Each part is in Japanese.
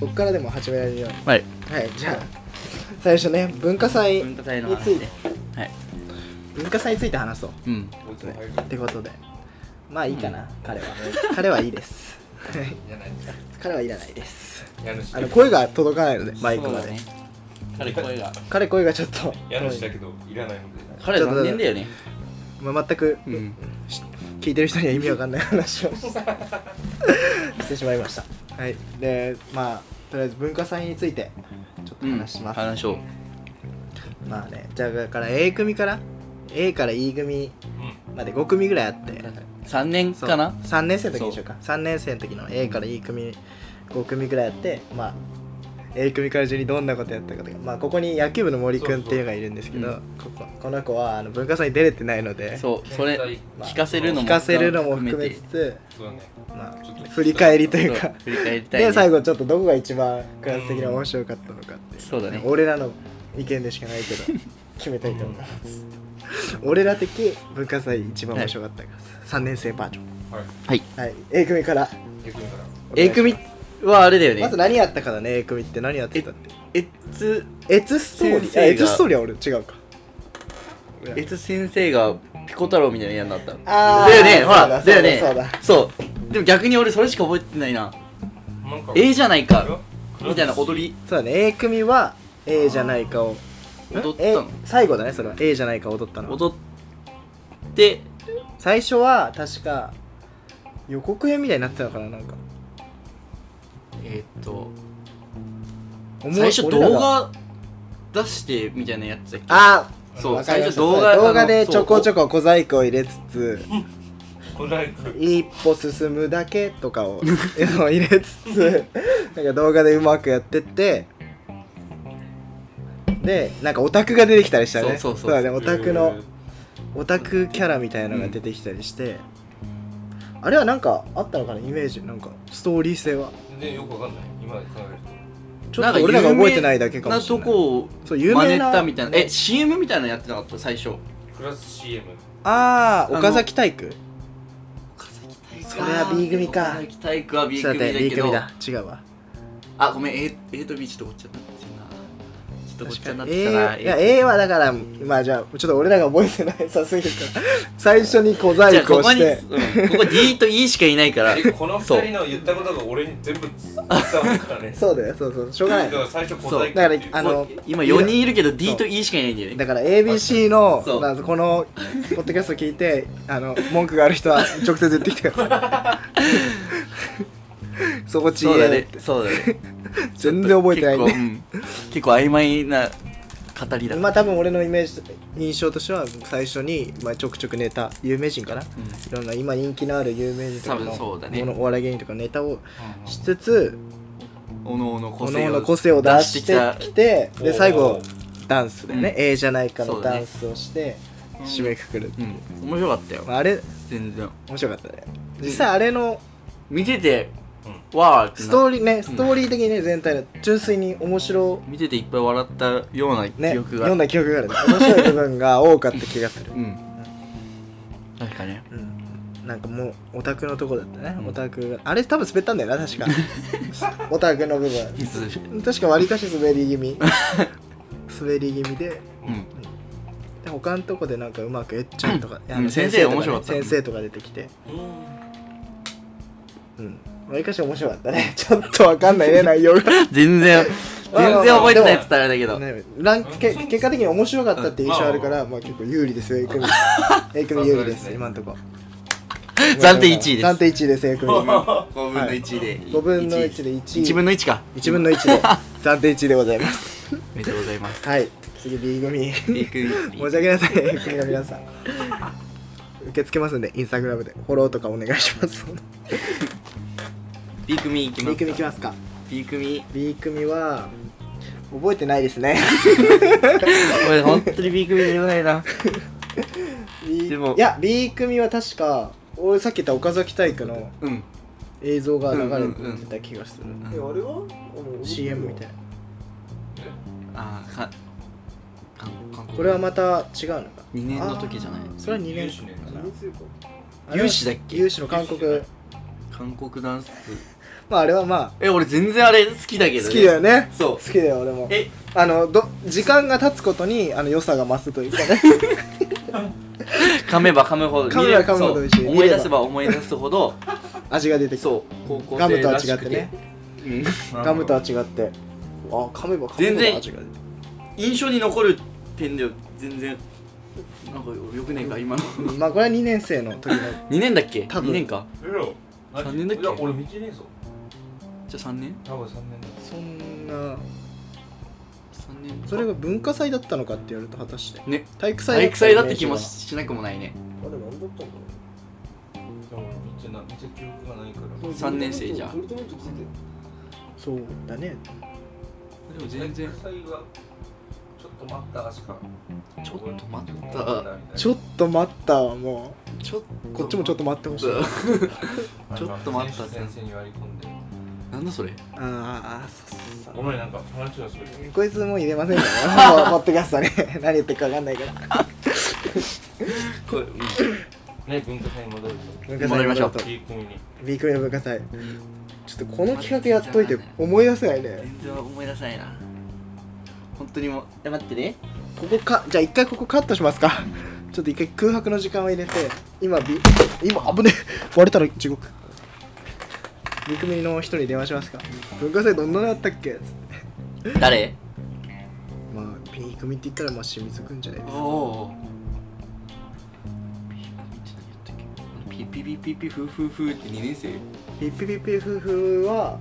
こっからでも始められるようにはいはいじゃあ最初ね文化祭文化祭のにつ話いでてはい文化祭について話そううんねってことでまあいいかな、彼は 彼はいいですはいじゃないですか彼はいらないです家主あの声が届かないのでマイクまそうだで、ね彼声が彼声がちょっと家主だけどいらないので彼残念だよねまあ、全く、うんし聞いてる人には意味わかんない 話をしたしてしまいましたはいでまあとりあえず文化祭についてちょっと話します、話をまあねじゃあだから A 組から A から E 組まで5組ぐらいあって3年そうかな3年生の時にしようか3年生の時の A から E 組5組ぐらいあってまあ A 組から順にどんなことやったかとかまあここに野球部の森くんっていうのがいるんですけどそうそこここの子はあの文化祭に出れてないのでそうそれまあ聞かせるのも聞かせるのも含めつつそうねまちょっとあ、振り返りというそかう振り返りたいねで最後ちょっとどこが一番クラス的に面白かったのかっていうそうだね俺らの意見でしかないけ ど決めたいと思います俺ら的文化祭一番面白かったが、3年生バージョはいはいン、はい、A 組から逆にから A 組はあれだよねまず何やったかだね A 組って何やってたってえつエツストーリ先ーあ生がエツストーリーは俺違うかえつ先生がピコ太郎みたいな嫌になったあーだよねほらそうだだよねそうだそうでも逆に俺それしか覚えてないななんか A じゃないかみたいな踊りそうだね A 組は A じゃないかを踊っえたの最後だねそれは A じゃないか踊ったのは踊って最初は確か予告編みたいになってたのからなんかえーっと思う最初俺らが動画出してみたいなやつだっけあそうわかりま最初した動画動画あでのそうちょこちょこ小細工を入れつつこないく一歩進むだけとかを 入れつつなんか動画でうまくやってってでなんかオタクが出てきたりしたねそうそうそうだねオタクのオタクキャラみたいなのが出てきたりして、あれはなんかあったのかなイメージなんかストーリー性は全然よくわかんない今考えるちょっと俺らが覚えてないだけかもしれんなかい有名なとこをそう有名な真似たみたいなえ CM みたいなのやってなかった最初とクラス CM ああのあ岡崎体育それは B 組か体育は B ちょっ組とだ待ってけ B 組どだ違うわあごめん A, A と B ちょっとごっちゃになってるなちょっとごっちゃになってきたな A, いや A はだからまあじゃあちょっと俺らが覚えてないさすぎるから 最初に小細じゃあ工こをこしに、てうん、ここ D と E しかいないからえこの二そう人の言ったことが俺に全部伝わるからねそうだよそうそうしょうがないだから最初小細工だからっていうあの今4人いるけど D と E しかいないんだよねだから ABC のそうまずこのポッドキャスト聞いてあの文句がある人は直接言ってきてください そこちそうだえ、ねそうだね全然覚えてないん結構,、でうん、結構曖昧な語りだ、まあ多分俺のイメージ印象としては最初に、まあ、ちょくちょくネタ有名人かな、いろんな今人気のある有名人とかの多分そうだねものお笑い芸人とかのネタをしつつおのおの個各性々をの個性を出して出きておーで最後ダンスでね、うん A じゃないかそのうだねダンスをして締めくくるってういうん面白かったよまあ、あれ全然面白かったね実際あれの見てて、うわーってストなーリーねストーリー的にね全体の純粋に面白見てていっぱい笑ったようなね記憶が、、読んだ記憶があるね面白い部分が多かった気がするうん確かねうん、なんかもうオタクのとこだったね、うんオタクがあれ多分滑ったんだよな確か オタクの部分確かわりかし滑り気味滑り気味でうんで他のとこでなんかうまくえっちゃんとか、うんあのうん先生とかね面白かった先生とか出てきてうんうんわりかし面白かったね ちょっとわかんないね内容が、全然全然覚えてないやつってあれだけど、ね、ランけ結果的に面白かったって印象あるから、まあ結構有利ですよ A 組 A 組有利ですそうですね今んとこ 暫定一位です暫定1位です A 組5分の1で、 5分の1で1位1分の1か1分の1で暫定1位でござい ますおめでとうございますはい次 B 組 B 組申し訳なさい A 組の皆さん受け付けますんでインスタグラムでフォローとかお願いします B 組いき B ます組いきかますか B 組 B 組は覚えてないですね俺本当に B 組でよないな B でもいや B 組は確か俺さっき言った岡崎体育のうん映像が流れてた気がする、えあれは CM みたいなああか韓国これはまた違うのか2年の時じゃないあーそれは2年有志のやつかな有志だっけ有志の韓国韓国ダンスまああれはまえ俺全然あれ好きだけあど、好きだよねそう好きだよ俺もえあのど時間が経つことにあの良さが増すというか ね噛めば噛むほど噛めば噛むほど見れ美味しいそう思い出せば思い出すほど味が出てくるそう高校ガム生とはら違しっくててねうんガムとは違ってあ噛めば噛むほ全ど然味が出て印象に残る点で全然なんかよくねえか今のくるまあこれは2年生の時の2年だっけ多分2年かえろ三年だっけいや俺見てねえぞじゃあ3年多分三年だそんな三年それが文化祭だったのかって言われると果たしてね体育祭体育たよ祭だっねて気もしなくもないねあれ何だったんだろうでも俺見てない見た記憶がないから三年生じゃんトリートメントついてるそうだねでも全然体育祭がちょっと待った足かちょっと待っちょっと待ったたみたいなちょっと待ったわもちょっうとこっちもちょっと待ってほしいあちょっと待った選手先生に割り込んでなんだそれーあーそうっすごめんなんか話がするこいつもう入れませんからねもうポッドキャストね何言ってるか分かんないからこれ、ね文化祭に戻る文化戻祭りましょう戻とるといい組に B 組の文化祭ちょっとこの企画やっといて思い出せないね全然思い出せないな本当にもうえ待ってねここかじゃあ一回ここカットしますかちょっと一回空白の時間を入れて今 B 今危ねえ割れたら地獄 B 組の人に電話しますか文化祭どんなのやったっけつって誰まあ B 組って言ったらまあ清水くんじゃないですかおおピピピピピフーフーフーって2年生ピッピピッピ夫婦は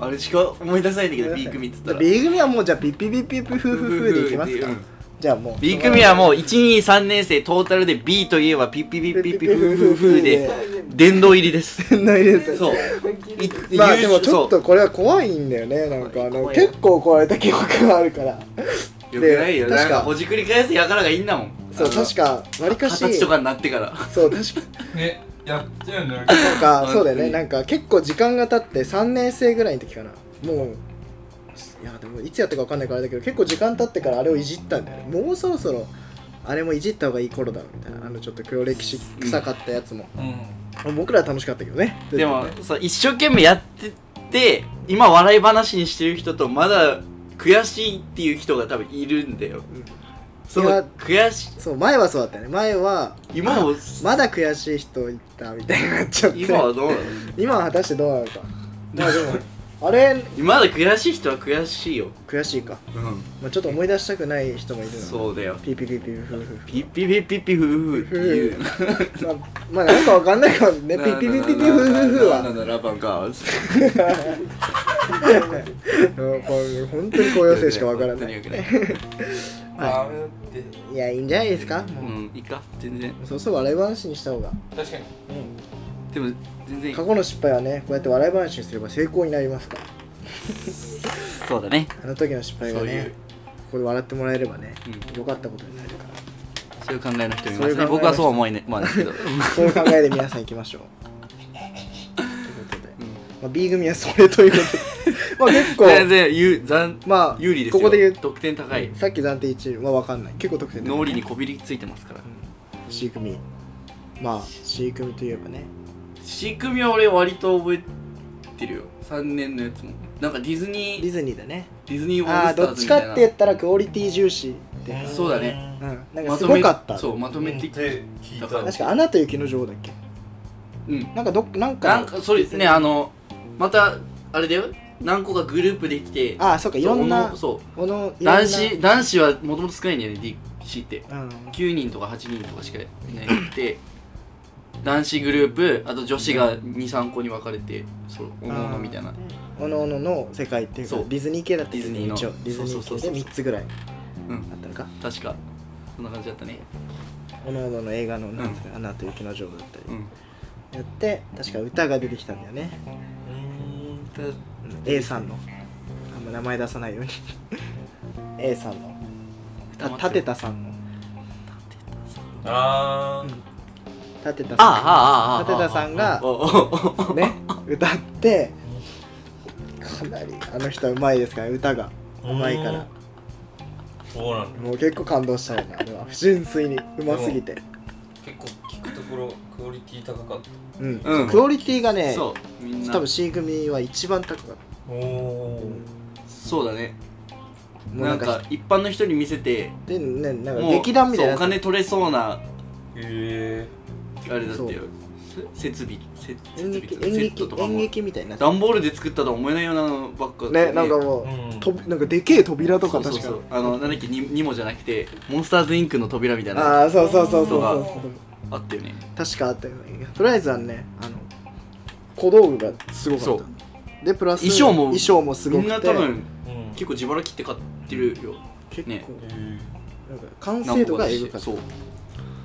あれしか思い出せないんだけど B 組って言ったら B 組はもうじゃあピッピピッピッピ夫婦でいきますかうんじゃあもう B 組はもう123年生トータルで B といえばピッピピッピッピフーフーフーで殿堂入りですないですそういまあで優勝もちょっそとこれは怖いんだよねなんかあの怖い結構怒られた記憶があるからうよくないよでなん確かかほじくり返すやからがいいんだもんそう確かかわりか二し十歳とかになってからそう確かねやってるのよなんかそうだよ本当ねになんか結構時間が経って3年生ぐらいの時かなもういやでもいつやったか分かんないからあれだけど結構時間経ってからあれをいじったんだよねもうそろそろあれもいじった方がいい頃だろみたいなあのちょっと黒歴史臭かったやつも、うん僕らは楽しかったけどねでもそう一生懸命やってて今笑い話にしてる人とまだ悔しいっていう人が多分いるんだよ、んそいやの悔しそう前はそうだったよね前は今もまだ悔しい人いったみたいになっちゃって今はどうなの今は果たしてどうなのかまあでも あれまだ悔しい人は悔しいよ、悔しいか、うまあ、ちょっと思い出したくない人もいるん、のそうだよピーピーピーピーフーフーピッピピピピフーフーっていうまあまあなんかわかんないかもねピーピーピーピーピーフーフーフーはなもんだラバンガーズうこう本当に高揚性しかわから本当なにいよくないはあーっていいやいいんじゃないですかうもんいいか全然うそうそう笑い話にした方が、確かにでも全然いい過去の失敗はねこうやって笑い話にすれば成功になりますからそうだねあの時の失敗がそういねうここで笑ってもらえればねう良、かったことになるからそういう考えの人もいそうまいすう考えのね人僕はそうは思いねまあですけどそういう考えで皆さん行きましょう。ということで、まあ、B 組はそれということで、まあ結構、全然有残まあ、有利ですよここで言う、得点高いさっき暫定1位は分かんない。結構得点高い脳裏にこびりついてますから C 組。まあ、C 組といえばね、仕組みは俺割と覚えてるよ3年のやつもなんかディズニデーィズニーだね。ディズニーオああ、ールスタどーっズちみたいかっなて言ったらクオリティ重視っていうか、そうだねうん、なんかますとめごかった。そうまとめてきで聞いた確か、アナと雪の女王だっけうんなんかどっ、なんか、なんかそれねあのまたあれだよ何個かグループできてああ、そうか、いろんな、そうこの、いろんな男、子男子はもともと少ないんだよね DC ってうん、 9人とか8人とかしかいな くて男子グループあと女子が23個に分かれてそうおのおのみたいなおのおのの世界っていうかそうディズニー系だったけどディズニーの一応ディズニそうーそう系そうそうで3つぐらいうんあったのか確かそんな感じだったねおのおのの映画の「なんつうかアナと雪の女王」だったりうんやって確か歌が出てきたんだよね、うん A さんのあんま名前出さないように A さんのた立てたさんのあー立てたああさああああ舘田さんがおおんのね歌ってかなりあの人はうまいですから歌がうまいからそうなんだもう結構感動したよねあれは純粋にうますぎて結結構聞くところクオリティ高かったうん、うんクオリティがねそうみんな多分 C 組は一番高かっおた、おそうだねもうなんか一般の人に見せてでねなんかもう劇団みたいそうなお金取れそうなへえあれだってよ設備せ演設劇備演セット劇とか演も劇みたいになって段ボールで作ったとは思えないようなのばっかるでねなんかもう、うんとなんかでけえ扉とかそう確そうかそうあのなんだっけにニモじゃなくてモンスターズインクの扉みたいなああーそうそうそうそうそうとあったよね確かあったよねとりあえずはねあの小道具がすごかっそたでプラス衣装も衣装もすごみくてんな多分うん結構自腹切って買ってるよ結構、ねへなんか完成度がえぐかったそう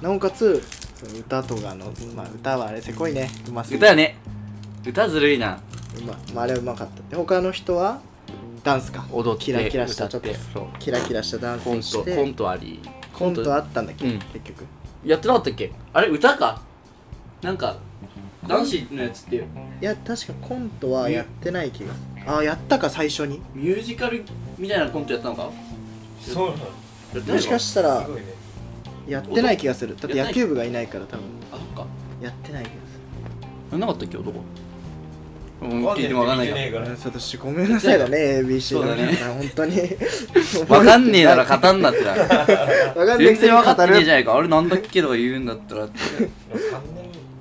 なおかつその歌とかの、まあ、歌はあれせこいねうますぎ歌やね歌ずるいなうままあ、あれはうまかったで他の人はダンスか踊ってキラキラした歌ってちょっそうキラキラしたダンスコンをトしコンてトありコントあったんだっけ、うん結局やってなかったっけあれ歌かなんか男子のやつっていや確かコントはやってない気がああやったか最初にミュージカルみたいなコントやったのかえそうなのやってないものしかしたらすごいねやってない気がするだってやっ野てない球部がいないから多分あそっかやってない気がやんなかったっけ男うん聞いてもわかんないかわかららさとしごめんなさいだね ABC そうのだね皆さん本 当にらわかんねえなら語んな ってなわかんねえく全せに然わかってねえじ語ゃないかあれなんだっけとか言うんだったらって3年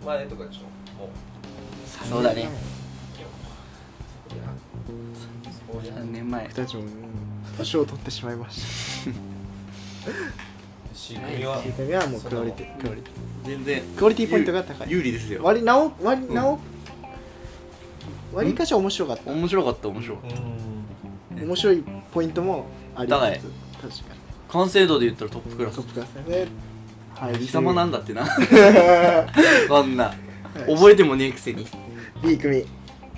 前とかでしょもうるそうだねいやそうや3年前僕たちも年を取ってしまいました仕組みは1回目はもうクオリティクオリテ全然ィクオリティポイントが高い有利ですよ割なお割なお割かし面白かった面白かった面白かっうん面白いポイントもあり高いつつ確かにた完成度で言ったらトップクラストップクラスだねはい貴様なんだっ てなこんな覚えてもねえくせに B 組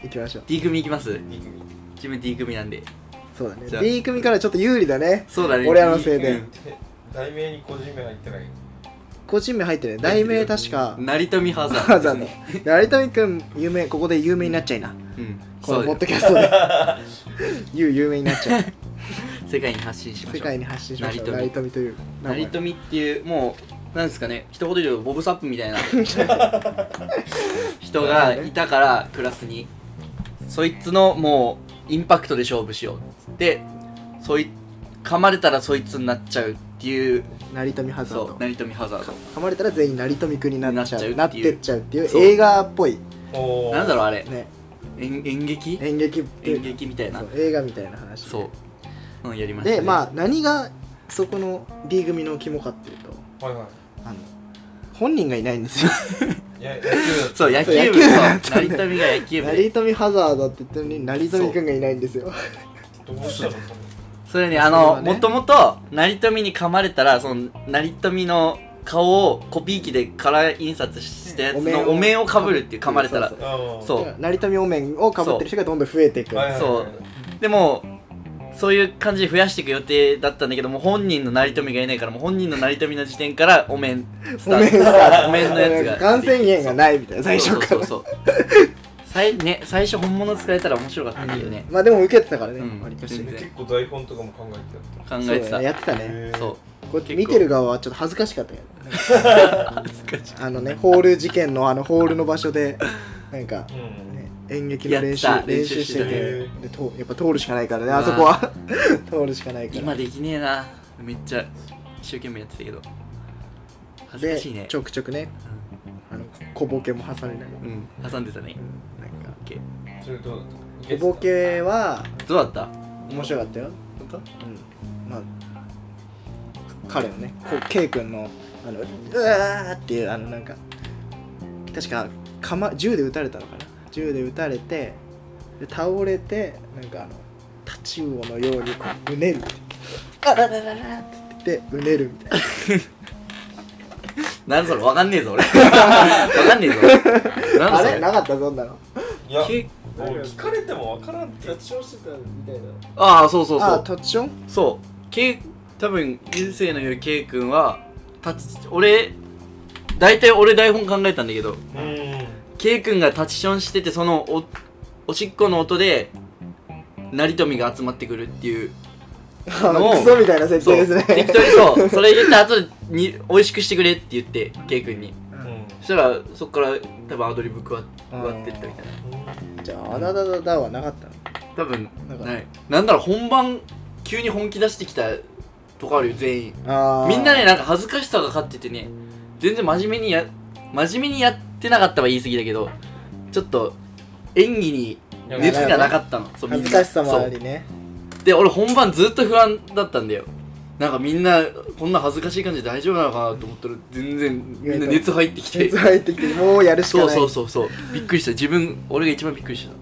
いきましょう D 組いきます自分 D 組なんでそうだねじゃあ B 組からちょっと有利だねそうだね俺らのせいでうんで題名に個人名入ってない個人名入ってね題名確か成富ハザードハザード成富君有名ここで有名になっちゃいなうんこそのうポッドだよキャス トで You 有名になっちゃう世界に発信しまし世ょう界に発信しましょう成成富という名前成富っていうもうなんですかね一言で言うとボブサップみ たいな人がいたからクラスにそいつのもうインパクトで勝負しようっつってそい噛まれたらそいつになっちゃうっていう成富ハザーそうド成富ハザード噛まれたら全員成富君になっちゃうななっっちゃうっていてうっちゃうっていうそう映画っぽいおなんだろううあれね演演劇演劇っていう演か劇みたいなそう映画みたいな話そううんやりましたねでまあ何がそこの B 組の肝かっていうとはいはあの本人がいないん ですよいいや野球だったそう野そう球野部球そう部だった成んだ富が野球部成で富ハザードって言ったのに成富君がいないんですよどうしたのそそれねあそれのはねもともと成富に噛まれたらその成富の顔をコピー機でカラー印刷したやつお面のをお面をかぶるっていう噛まれたらそうのそうだから 成富お面をかぶってる人がどんどん増えていくはいはいはいそうでもそういう感じで増やしていく予定だったんだけどもう本人の成富がいないからもう本人の成富の時点からお面スタお面スターートトお面のやつが感染源がないみたいな最初かそうらそうそう最ね最初本物使えたら面白かったんだよねまあでも受けてたからねうん割かし全然結構台本とかも考えてやっ考そうえだてたねやってたたねへーそうこうやって見てる側はちょっと恥ずかしかったよあのねホール事件のあのホールの場所でなんかうんね演劇の練習やってた練習してて練でとやっぱ通るしかないからねあーあそこは 通るしかないから今できねえなめっちゃ一生懸命やってたけど恥ずかしいねでちょくちょくねあの小ボケも挟みながら、うん挟んでたねなんかそれどうだった小ボケはどうだった面白かったよ、本うん、まあ彼のねこう K 君のあのうわーっていうあのなんか確かか、ま、銃で撃たれたのかな銃で撃たれてで倒れてなんかあのタチウオのようにこううねるあららららって言ってうねるみたいな当なんそれわかんねえぞ俺 わかんねえぞ俺なんあそれれなかったそんなのいやけ俺聞かれてもわからんってチョンしてたみたいなああそうそうそあうタッチションそう、K、多分人生の夜 K 君は立ち俺大体俺台本考えたんだけどうん K 君が立ちションしててそのおおしっこの音で成富が集まってくるっていうのクソみたいな設そう定ですね適当にそうそれ入れた後に美味しくしてくれって言ってケイ君にうんそしたらそっから多分アドリブ加わ加わってったみたいなじゃあ「あなただだ」はなかったの多分なんかないなんだろう本番急に本気出してきたとかあるよ全員あーみんなねなんか恥ずかしさが勝っててね全然真面目にや真面目にやってなかったは言い過ぎだけどちょっと演技に熱がなかったのそうみん恥なずかしさもあそりねうで俺本番ずっと不安だったんだよなんかみんなこんな恥ずかしい感じで大丈夫なのかなと思ったら全然みんな熱入ってきて熱入ってきてもうやるしかそなういそうそうそうびっくりした自分俺が一番びっくりした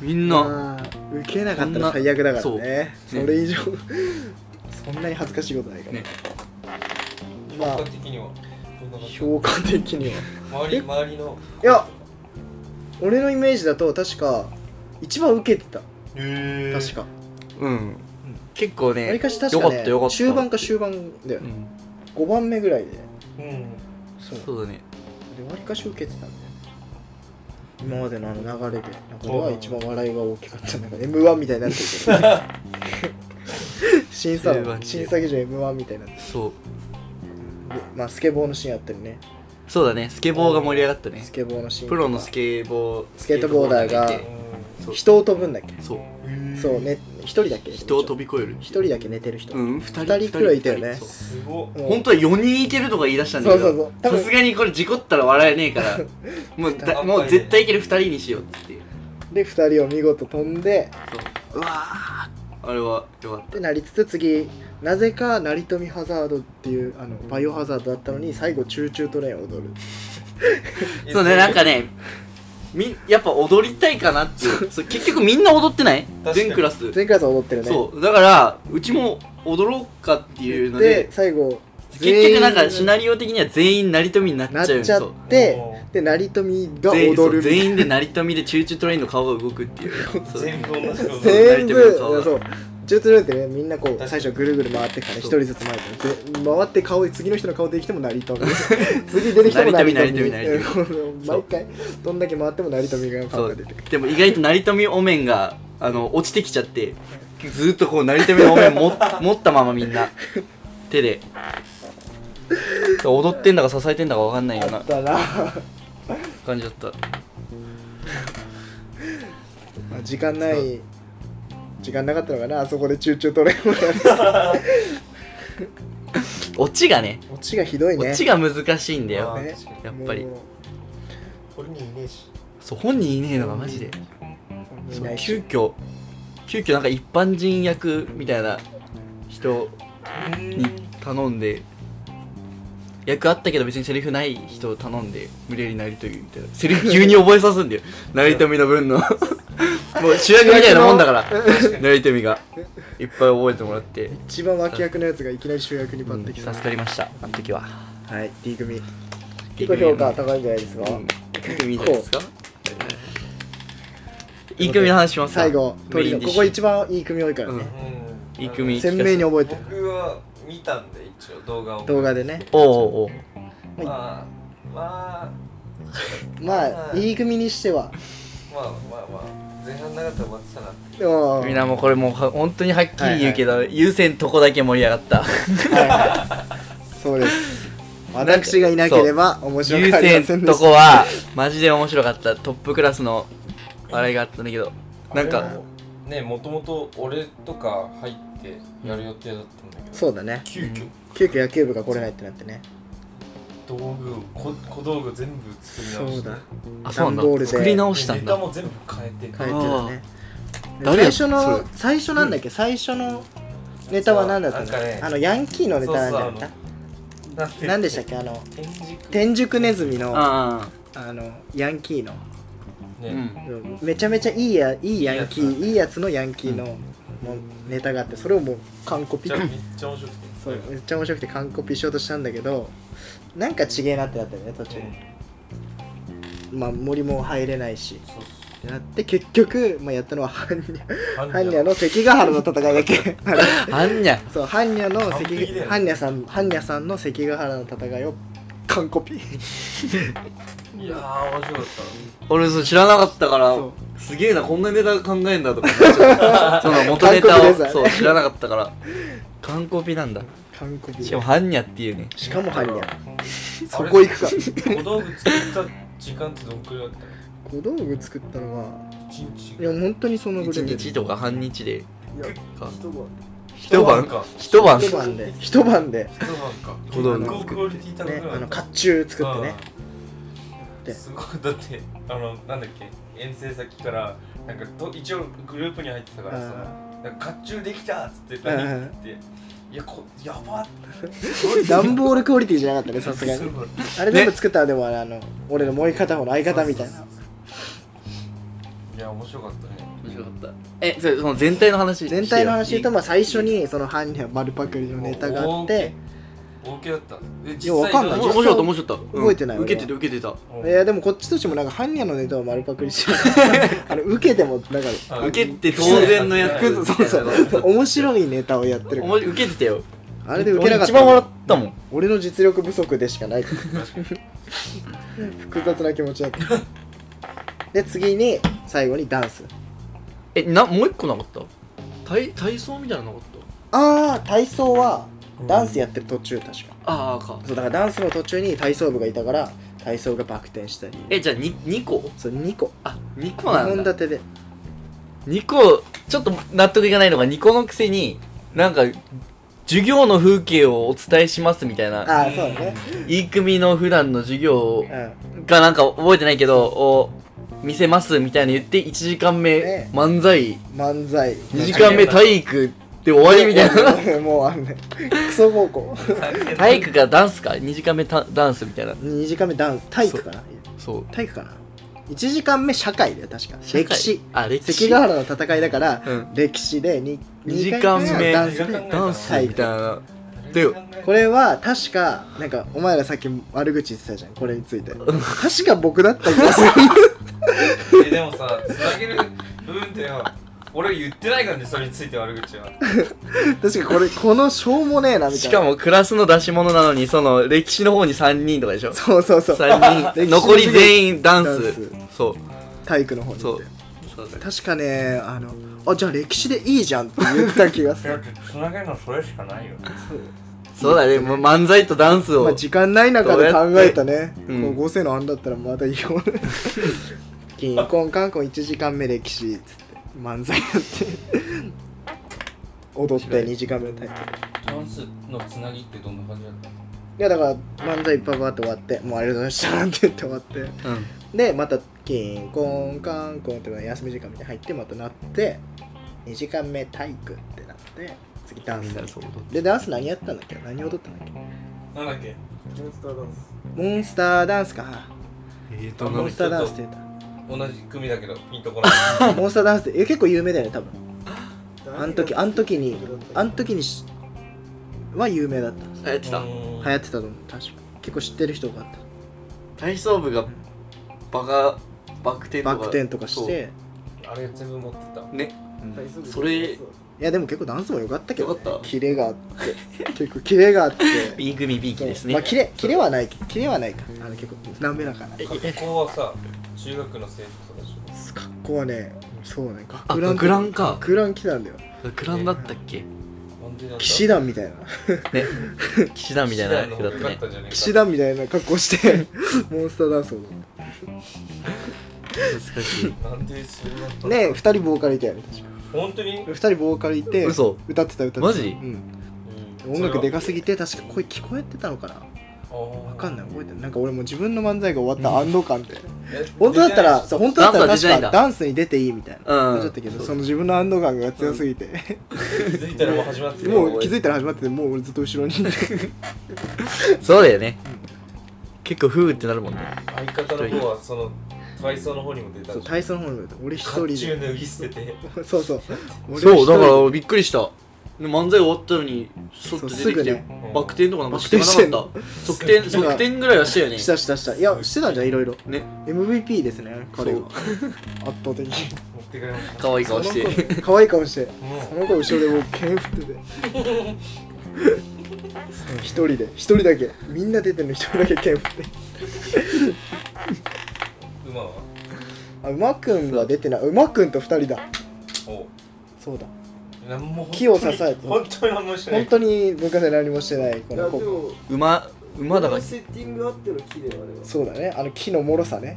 みんなまあ受けなかったら最悪だからそんなねそそうねれ以上そんなに恥ずかしいことないから、ね評価的にはどんな感じ評価的には周り周りのいや俺のイメージだと確か一番受けてたへ確かうん結構ねわりかし確かよかねったよかった中盤か終盤だようね、ん5番目ぐらいでうんそうそうだねでわりかし受けてたんだよ今までのあの流れで中では一番笑いが大きかったなんか m 1みたいになって るけど審査 M1 の審査基準 m 1みたいになってそうるでまあスケボーのシーンあったりねそうだねスケボーが盛り上がったねスケボーのシーンプロのススケボースケートボーダーがスケボそう人を飛ぶんだっけそうへえそうね一人だっけ人を飛び越える一人だけ寝てる人、うん二二人くらいいたよね二人そうすごっもう本当は4人いけるとか言い出したんだけそうそうそどう多さ分すがにこれ事故ったら笑えねえから もうだもう絶対いける2人にしようっていうで2人を見事飛んでそううわーあれはよかっってなりつつ次なぜか成富ハザードっていうあのバイオハザードだったのに最後チューチュートレインを踊るたそうねなんかねみやっぱ踊りたいかなっていうそう結局みんな踊ってない確かに全クラス前回さん踊ってるねそうだからうちも踊ろうかっていうのでで最後結局なんかシいナリオ的には全員成富になっちゃなうっんですちゃよっておーで成富が全員そう踊る全員で成富でチューチュートレインの顔が動くっていう そう全部同じこと全部成富の顔がそうチュートレインってねみんなこかうに最初ぐるぐる回ってからねそう一人ずつ回ってぜ回って顔次の人の顔できても成富 次出てきても成富成富成 富毎回どんだけ回っても成富が顔そがう出てくるでも意外と成富お面があの落ちてきちゃってずーっとこう成富のお面も持ったままみんな手で踊ってんだか支えてんだか分かんないようあなったな感じだったまあ時間ない時間なかったのかなあそこでチューチュートレインをやる オチがねオチがひどいねオチが難しいんだよあねやっぱりもこれにいねえしそう本人いねえのがマジでういそうないし急遽急遽なんか一般人役みたいな人に頼んで役あったけど別にセリフない人を頼んで無理やりなりというみたいなセリフ急に覚えさす んだよ成富の分のもう主役みたい なもんだ から成富がいっぱい覚えてもらって一番脇役のやつがいきなり主役にう抜ん擢さ助れかりましたあの時はた、はい D 組結構評価高いんじゃないですか、うんいいんじゃないですかいい組の話しますか最後メトイリンオディッこシこュ一番いい組多いからね、うんいい組鮮明に覚えてる僕は見たんで一応動画を動画でねおうおうおうまあまあまあうん D 組にしてはまあまあまあ前半なかったら待ってたなってでもみんなもうこれもうは本当にはっきり言うけど、優先とこだけ盛り上がったはいはいそうです私がいなければ面白優くありませ先んでとしこたはマジで面白かったトップクラスの笑いがあったんだけどなんあれかもねもともと俺とか入ってやる予定だったんだけどそうだね急遽急遽野球部が来れないってなってね道具をこ小道具全部作り直しそうてだあそうな段ボーんルだで作り直したでんネタだも全部変えて書いてるねで誰最や初それの最初なんだっけ最初のネタは何だったなんかねのあのヤンキーのネタなんだそうっそうたなんて何でしたっけあの天竺天竺ネズミのああのヤンキーのあうねんめちゃめちゃいいやいいヤンキいいやつーいいやつのヤンキーのもうネタがあってそれをもう完コピじゃあめっちゃ面白くてそうめっちゃ面白くて完コピしようとしたんだけどなんかちげえなってなったよね途中まあ森も入れないしそうってなって結局、まあ、やったのは般若そう般若の関ヶ原の戦いだけあ のあんにゃそう般若の関完璧だよね般若さん般若さんの関ヶ原の戦いを完コピいやー面白かっ俺そう知らなかったからそうすげえなこんなネタ考えんだとか思っちゃったその元ネ完タコピでをすあれそう知らなかったから完コピなんだ韓国しかもハンニャっていうねしかも入んねやそこ行くか小道具作った時間ってどんくらいだった小道具作ったのはの一日いや本当にそのぐら1いで日とか半日でいやか一晩一晩か一晩一晩で一晩で一晩か小道具結構クオリティ高くなねかったあの甲冑作ってねうんすごいだってあのなんだっけ遠征先からなんかと一応グループに入ってたからさあ「なんか甲冑できた!」っつってあ何って「いやこやばっ!」ー段ボールクオリティじゃなかったねさすがに あれ全部作ったらでもあれあの俺のもう片方の相方みたいなないや面白かったね面白かったえそれその全体の話全体の話言うともまあ最初にその犯人は丸パクリのネタがあって大きだったえいやわかんない面白かった面白かったうん覚えてない受けてた受けてたいやでもこっちとしてもなんか般若のネタを丸パクリして あの 受けてもなんかあ受けて当然のや普つ通 そうそう面白いネタをやってる おも受けてたよあれで受けなかった俺一番笑ったもん俺の実力不足でしかない複雑な気持ちだったで次に最後にダンスえなもう一個なかった体体操みたいなのなかっああ体操はダンスやってる途中確かたああかそうだからダンスの途中に体操部がいたから体操がバク転したりえじゃあ 2, 二個そう2個あ二2 2個な本ん立だてで2個ちょっと納得いかないのが2個のくせになんか授業の風景をお伝えしますみたいなああそうだねいい組の普段の授業をうがなんか覚えてないけどを見せますみたいな言って1時間目、ね漫才ん漫 才2時間目体育で終わりみたい なもうあんねクソ高校体育かダンスか2時間目たダンスみたいな2時間目ダンス体育かなそう体育かな1時間目社会だよ確か社会歴史あ歴史関ヶ原の戦いだから、うん歴史で 2, 二時間目ダンスでダンスみたいなでこれは確かなんかお前らさっき悪口言ってたじゃんこれについて確か僕だった気がする えでもさつなげる部分ってよ俺言ってないからねそれについて悪口は確かこれこのしょうもねえなみたいなしかもクラスの出し物なのにその歴史の方に3人とかでしょそうそうそう3人残り全員ダンスダンスそう体育の方にそ行っうて確かねあのあじゃあ歴史でいいじゃんって言った気がするつなげるのそれしかないよそうだねもう漫才とダンスまをあ時間ない中で考えたねどうやってうん高校生のあんだったらまだいいよキンコンカンコン1時間目歴史っつって漫才やって踊って2時間目タイプダンスのつなぎってどんな感じだったのいやだから漫才パパって終わってもうありがとうございましたって言って終わってうんでまたキンコンカンコンってのが休み時間みたいに入ってまたなって2時間目体育ってなって次ダンみんスなでそう踊ってでダンス何やったんだっけ何踊ったんだっけなんだっけモンスターダンスかえーとどんなモンスターダンスって言っ同じ組だけどピンとこないた モンスターダンスってえ結構有名だよね多分あん時あん時にあん時にしは有名だったんですやってたうん流行ってたと思う確か結構知ってる人があった体操部がバカバク転とかバク転とかしてあれ全部持ってたそうねそれいやでも結構ダンスも良かったけど、ね良かっ、たキレがあって結構キレがあって B 組 B 期ですねまあキレキレはないキレはないかあの結構滑らかな学校はさ中学の制服とかでしょ格好はねそうねあ学ラン学ランか学ラン来たんだよ学ランだったっけなんでなんだ騎士団みたいな ね騎士団みたいな役だっ騎士た団の方が良ねかったじゃねえか騎士団みたいな格好して モンスターダンスを踊って懐かしいなんで知らなかったのね二人ボーカルいたよね確か本当に二人ボーカルいて嘘歌ってた歌ってたマジうん音楽でかすぎて確か声聞こえてたのかなわわかんないない覚えてないなんか俺もう自分の漫才が終わった安堵感で、え本当だったらそう本当だったらダンス確は出ないんかだダンスに出ていいみたいなう感んじだったけどその自分の安堵感が強すぎて、気づいたらもう始まってたもう気づいたら始まっててもう俺ずっと後ろに いてそうだよね結構フーってなるもんね相方の方はその体操の方にも出たそう甲体操の方に向いて俺一人冑で脱ぎ捨てて そうそう俺そうだから一俺びっくりした漫才終わったのにそっと出てそうすぐきて、ねバク転とかなんかバクし転てしてんなのかっ た側転そう側転ぐらいはしたよね人したしたしたいやしてたんじゃんいろいろね MVP ですね彼はそう圧倒的に持ってくれました可愛い顔してその子可愛い顔してもその子後ろでもう剣振ってて そう一人で一人だけみんな出てるの一人だけ剣振ってう馬はああ馬くんは出てない馬くんと2人だおそうだなんも本当に木を支えて本当に何もしてな本い当に文化祭何もしてないこいやので子も 馬馬だこかのセッティングあっての木であれはそうだねあの木の脆さね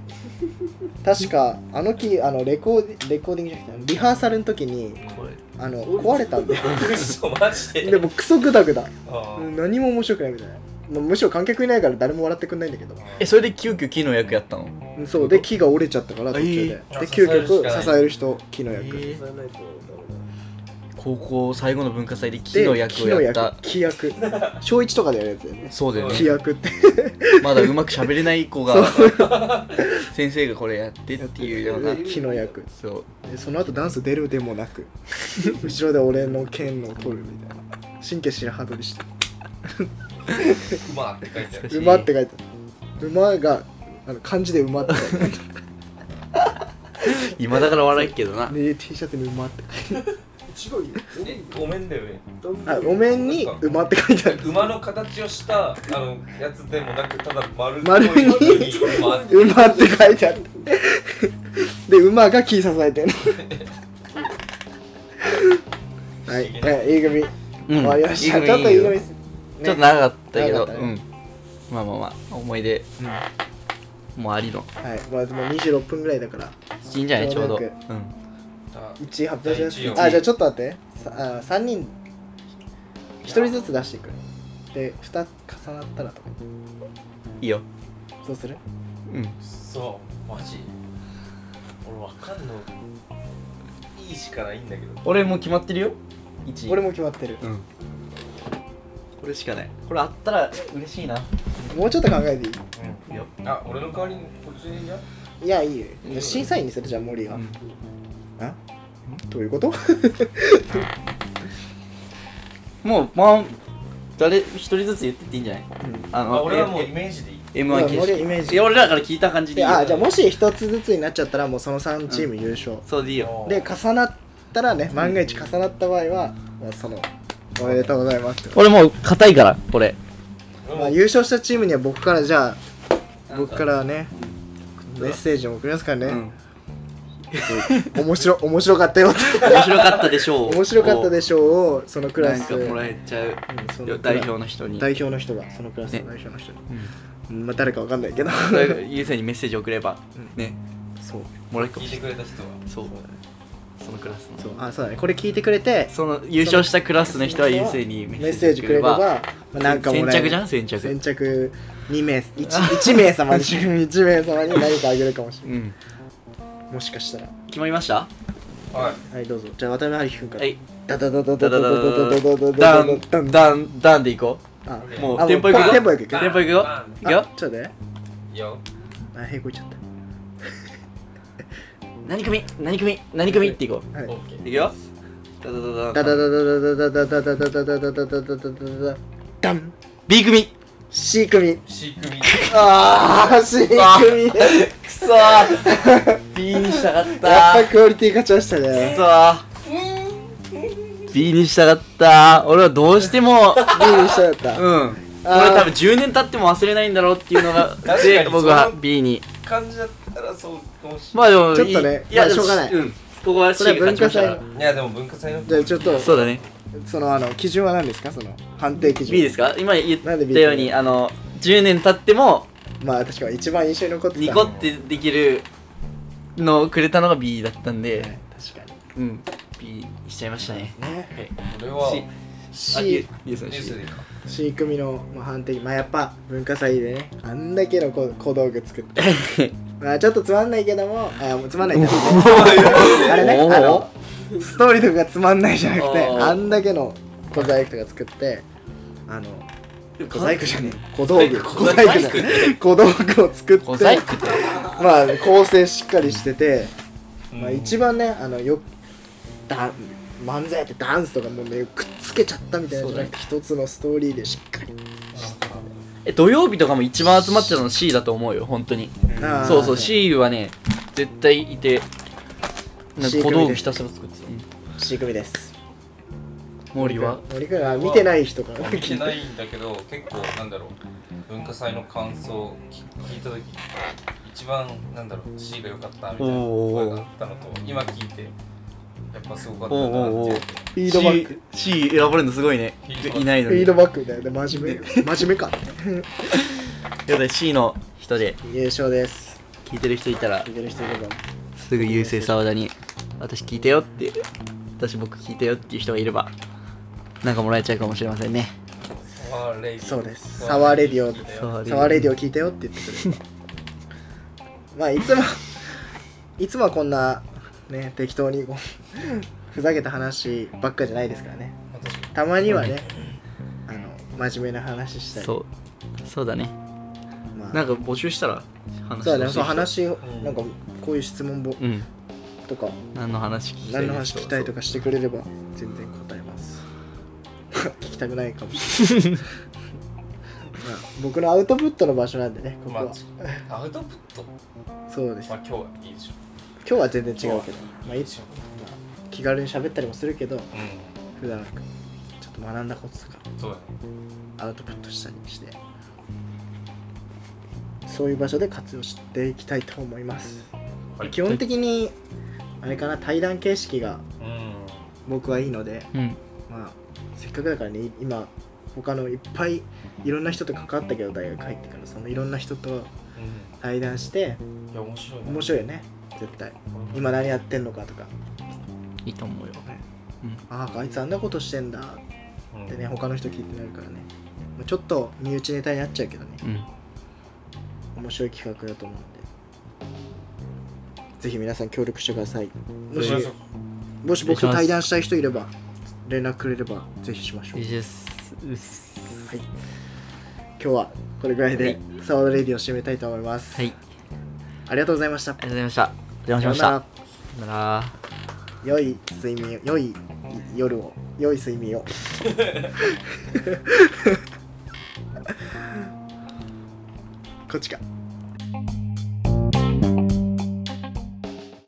確かあの木あのレコーディレコーディングじゃなくてリハーサルの時にこれあの壊れたんだよ嘘マジででもクソグダグダあうーん何も面白くないみたいなまあむしろ観客いないから誰も笑ってくんないんだけどえそれで急遽木の役やったのうんそうで木が折れちゃったから途中で、えーであ急支えるしかな遽い支える人木の役、え支えないとダメだ高校最後の文化祭で木での役をやった木の役木役小一とかでやるやつだよねそうだよ木ね役っ てまだうまく喋れない子が 先生がこれやってっていうようなで木の役そうでその後ダンス出るでもな く後ろで俺の剣を取るみたいな神経白鳩にして馬って書いてあるしい馬って書いてある馬があの漢字で馬って書いてある今だから笑いっけどなで T シャツに馬って違うよえごめんだよねどんあどんお面に馬って書いてある馬の形をしたあのやつでもなくただ丸っ丸い丸い馬って馬って書いてあるで馬が木支えてるはい、え A 組、う終んわりましたいいちょよっといい E よ組ちすねょっと長かったけど長かっうたんねまあまあまあ思い出もうありのはいまあでも26分ぐらいだからいいんじゃないちょうどちょううんあ1位発表します第一位をあじゃあちょっと待ってさあ3人1人ずつ出していくで2つ重なったらとかいいよそうするうんそうマジ俺わかんのいいしかないんだけど俺もう決まってるよ1位俺も決まってるうんこれしかないこれあったら嬉しいなもうちょっと考えていうんよあ俺の代わりにこっちにやいいやいいよいいよ審査員にするじゃあ森が、うんあどういうこともうまあ誰一人ずつ言ってっていいんじゃないああの俺はもうイメージでいい m 1いや形俺式はイメージいや俺らから聞いた感じででいいよあじゃあもし1つずつになっちゃったらもうその3チーム優勝、そうでいいよで重なったらね万が一重なった場合は、まあそのおめでとうございますって俺もう硬いからこれ俺まもあ、優勝したチームには僕からじゃあ僕からねメッセージを送りますからね、うん 面白面白かったよって 面白かったでしょう面白かったでしょうをそのクラなんスかもらえちゃううんそのよクラ代表の人に代表の人がそのクラスの代表の人に、うんまあ誰かわかんないけど優先にメッセージ送ればうんねそうもらえるか聞もいしてれくれた人はないそうそのクラス そのうあそうだねこれ聞いてくれてその優勝したクラスの人は優先にメメッッセセーージジくくれれればばまあなんかもらえる先着じゃん先着先着2名 1, 1名様に1名様に何かあげるかもしれうんないもしかしたら決まりましたはいはいどうぞじゃあ渡辺春樹君からはいダダダダダダダダダダダダダダダダダンダダダンダンでいこあうもあうテンポいくもようテンポいくテンポいくよバンいくよあちょっとねいいよあへこいちゃっ何組何組何組っていこたはオいッケうーいくよダダダダダダダダンダダダダダダダダダダダダダダダダン B 組 C 組 C 組ああ C 組あやっくそー B にしたかったぱクオリティ勝ちましたねそう B にしたかった俺はどうしても B にしたかったうんこれ多分10年経っても忘れないんだろうっていうのがかにで僕はその B に感じだったらそうかもしれまあでもちょっとねいいやまあしょうがないんここは C それがは文勝ちま化祭したからのないいやでも文化祭のじゃあちょっとそうだねそのあの基準は何ですかその判定基準 B ですか今言ったなんで B ようにあの10年経ってもまあ確かに一番印象に残ってたニコってできるのをくれたのが B だったはんいで確かうん B にしちゃいましたねにねはい俺は C あゆ C, ゆうさんニュー C スでいいか C 組のまあ判定まあやっぱ文化祭でねあんだけの小小道具作って まあちょっとつまんないけどもあもうつまんないんだあれねおーあのストーリーとかがつまんないじゃなく ておーあんだけの小細工とか作ってあの小細工じゃねえ小道具小小細細工工小じ細ゃ工ねえ小道具を作って小細工ってまあ構成しっかりしててまあ、うん一番ねあのよだ漫才やってダンスとかもうねくっつけちゃったみたいなのじゃなくて一つのストーリーでしっかりえ土曜日とかも一番集まってたの C だと思うよ本当にあーそうそうね C はね絶対いてなんか C 小組道具でひたすら作ってたうん C 組です森は森君は見てない人 から見てないんだけど結構なんだろう文化祭の感想聞聞いた時一番なんだろう C が良かったみたいなおー声があったのと今聞いてやっぱすごかったなおーおっーおてーフィードバック C, C 選ばれるのすごいねフィードバックいないのフにィードバックみたいな真面目真面目かということで C の人で優勝です聞いてる人いたらいける人いればすぐ優勢沢田に私聞いてよって私僕聞いてよっていう人がいればなんかもらえちゃうかもしれませんねサワレディそうですサワレディオ聞いたよサワサワレディオ聞いたよって言ってくれるまあいつもいつもはこんなね適当にこうふざけた話ばっかじゃないですからね私たまにはねあの真面目な話したりそうそうだねまあなんか募集したら話そうだしてほしいね人そう話をうんなんかこういう質問ぼうんとか何の話聞きたい何の話聞きたいとかかしてくれれば全然答えます 聞きたくないかもしれないまあ僕のアウトプットの場所なんでねここは、まあ、アウトプット、まそうですあ、今日はいいでしょ今日は全然違うけどまあいいでしょ気軽に喋ったりもするけどう普段ちょっと学んだこととかんそうだねアウトプットしたりしてそういう場所で活用していきたいと思います、はい基本的にあれかな対談形式がうん僕はいいのでうんまあせっかくだからねい今他のいっぱいいろんな人と関わったけど大学入ってからそのいろんな人と対談してうんいや面白いね面白いよね絶対今何やってんのかとかいいと思うよはいうんあああいつあんなことしてんだうんってね他の人聞いてなるからねまあちょっと身内ネタになっちゃうけどねうん面白い企画だと思うんでぜひ皆さん協力してくださいも面し白いぞもし僕と対談したい人いれば連絡くれればぜひしましょういいですうっすはい、今日はこれぐらいはいでサワードレディを締めたいと思います、はいありありがとうございましたがとうございましたお邪魔しましたさよさよならなら良い睡眠良い夜を良い睡眠 をこっちか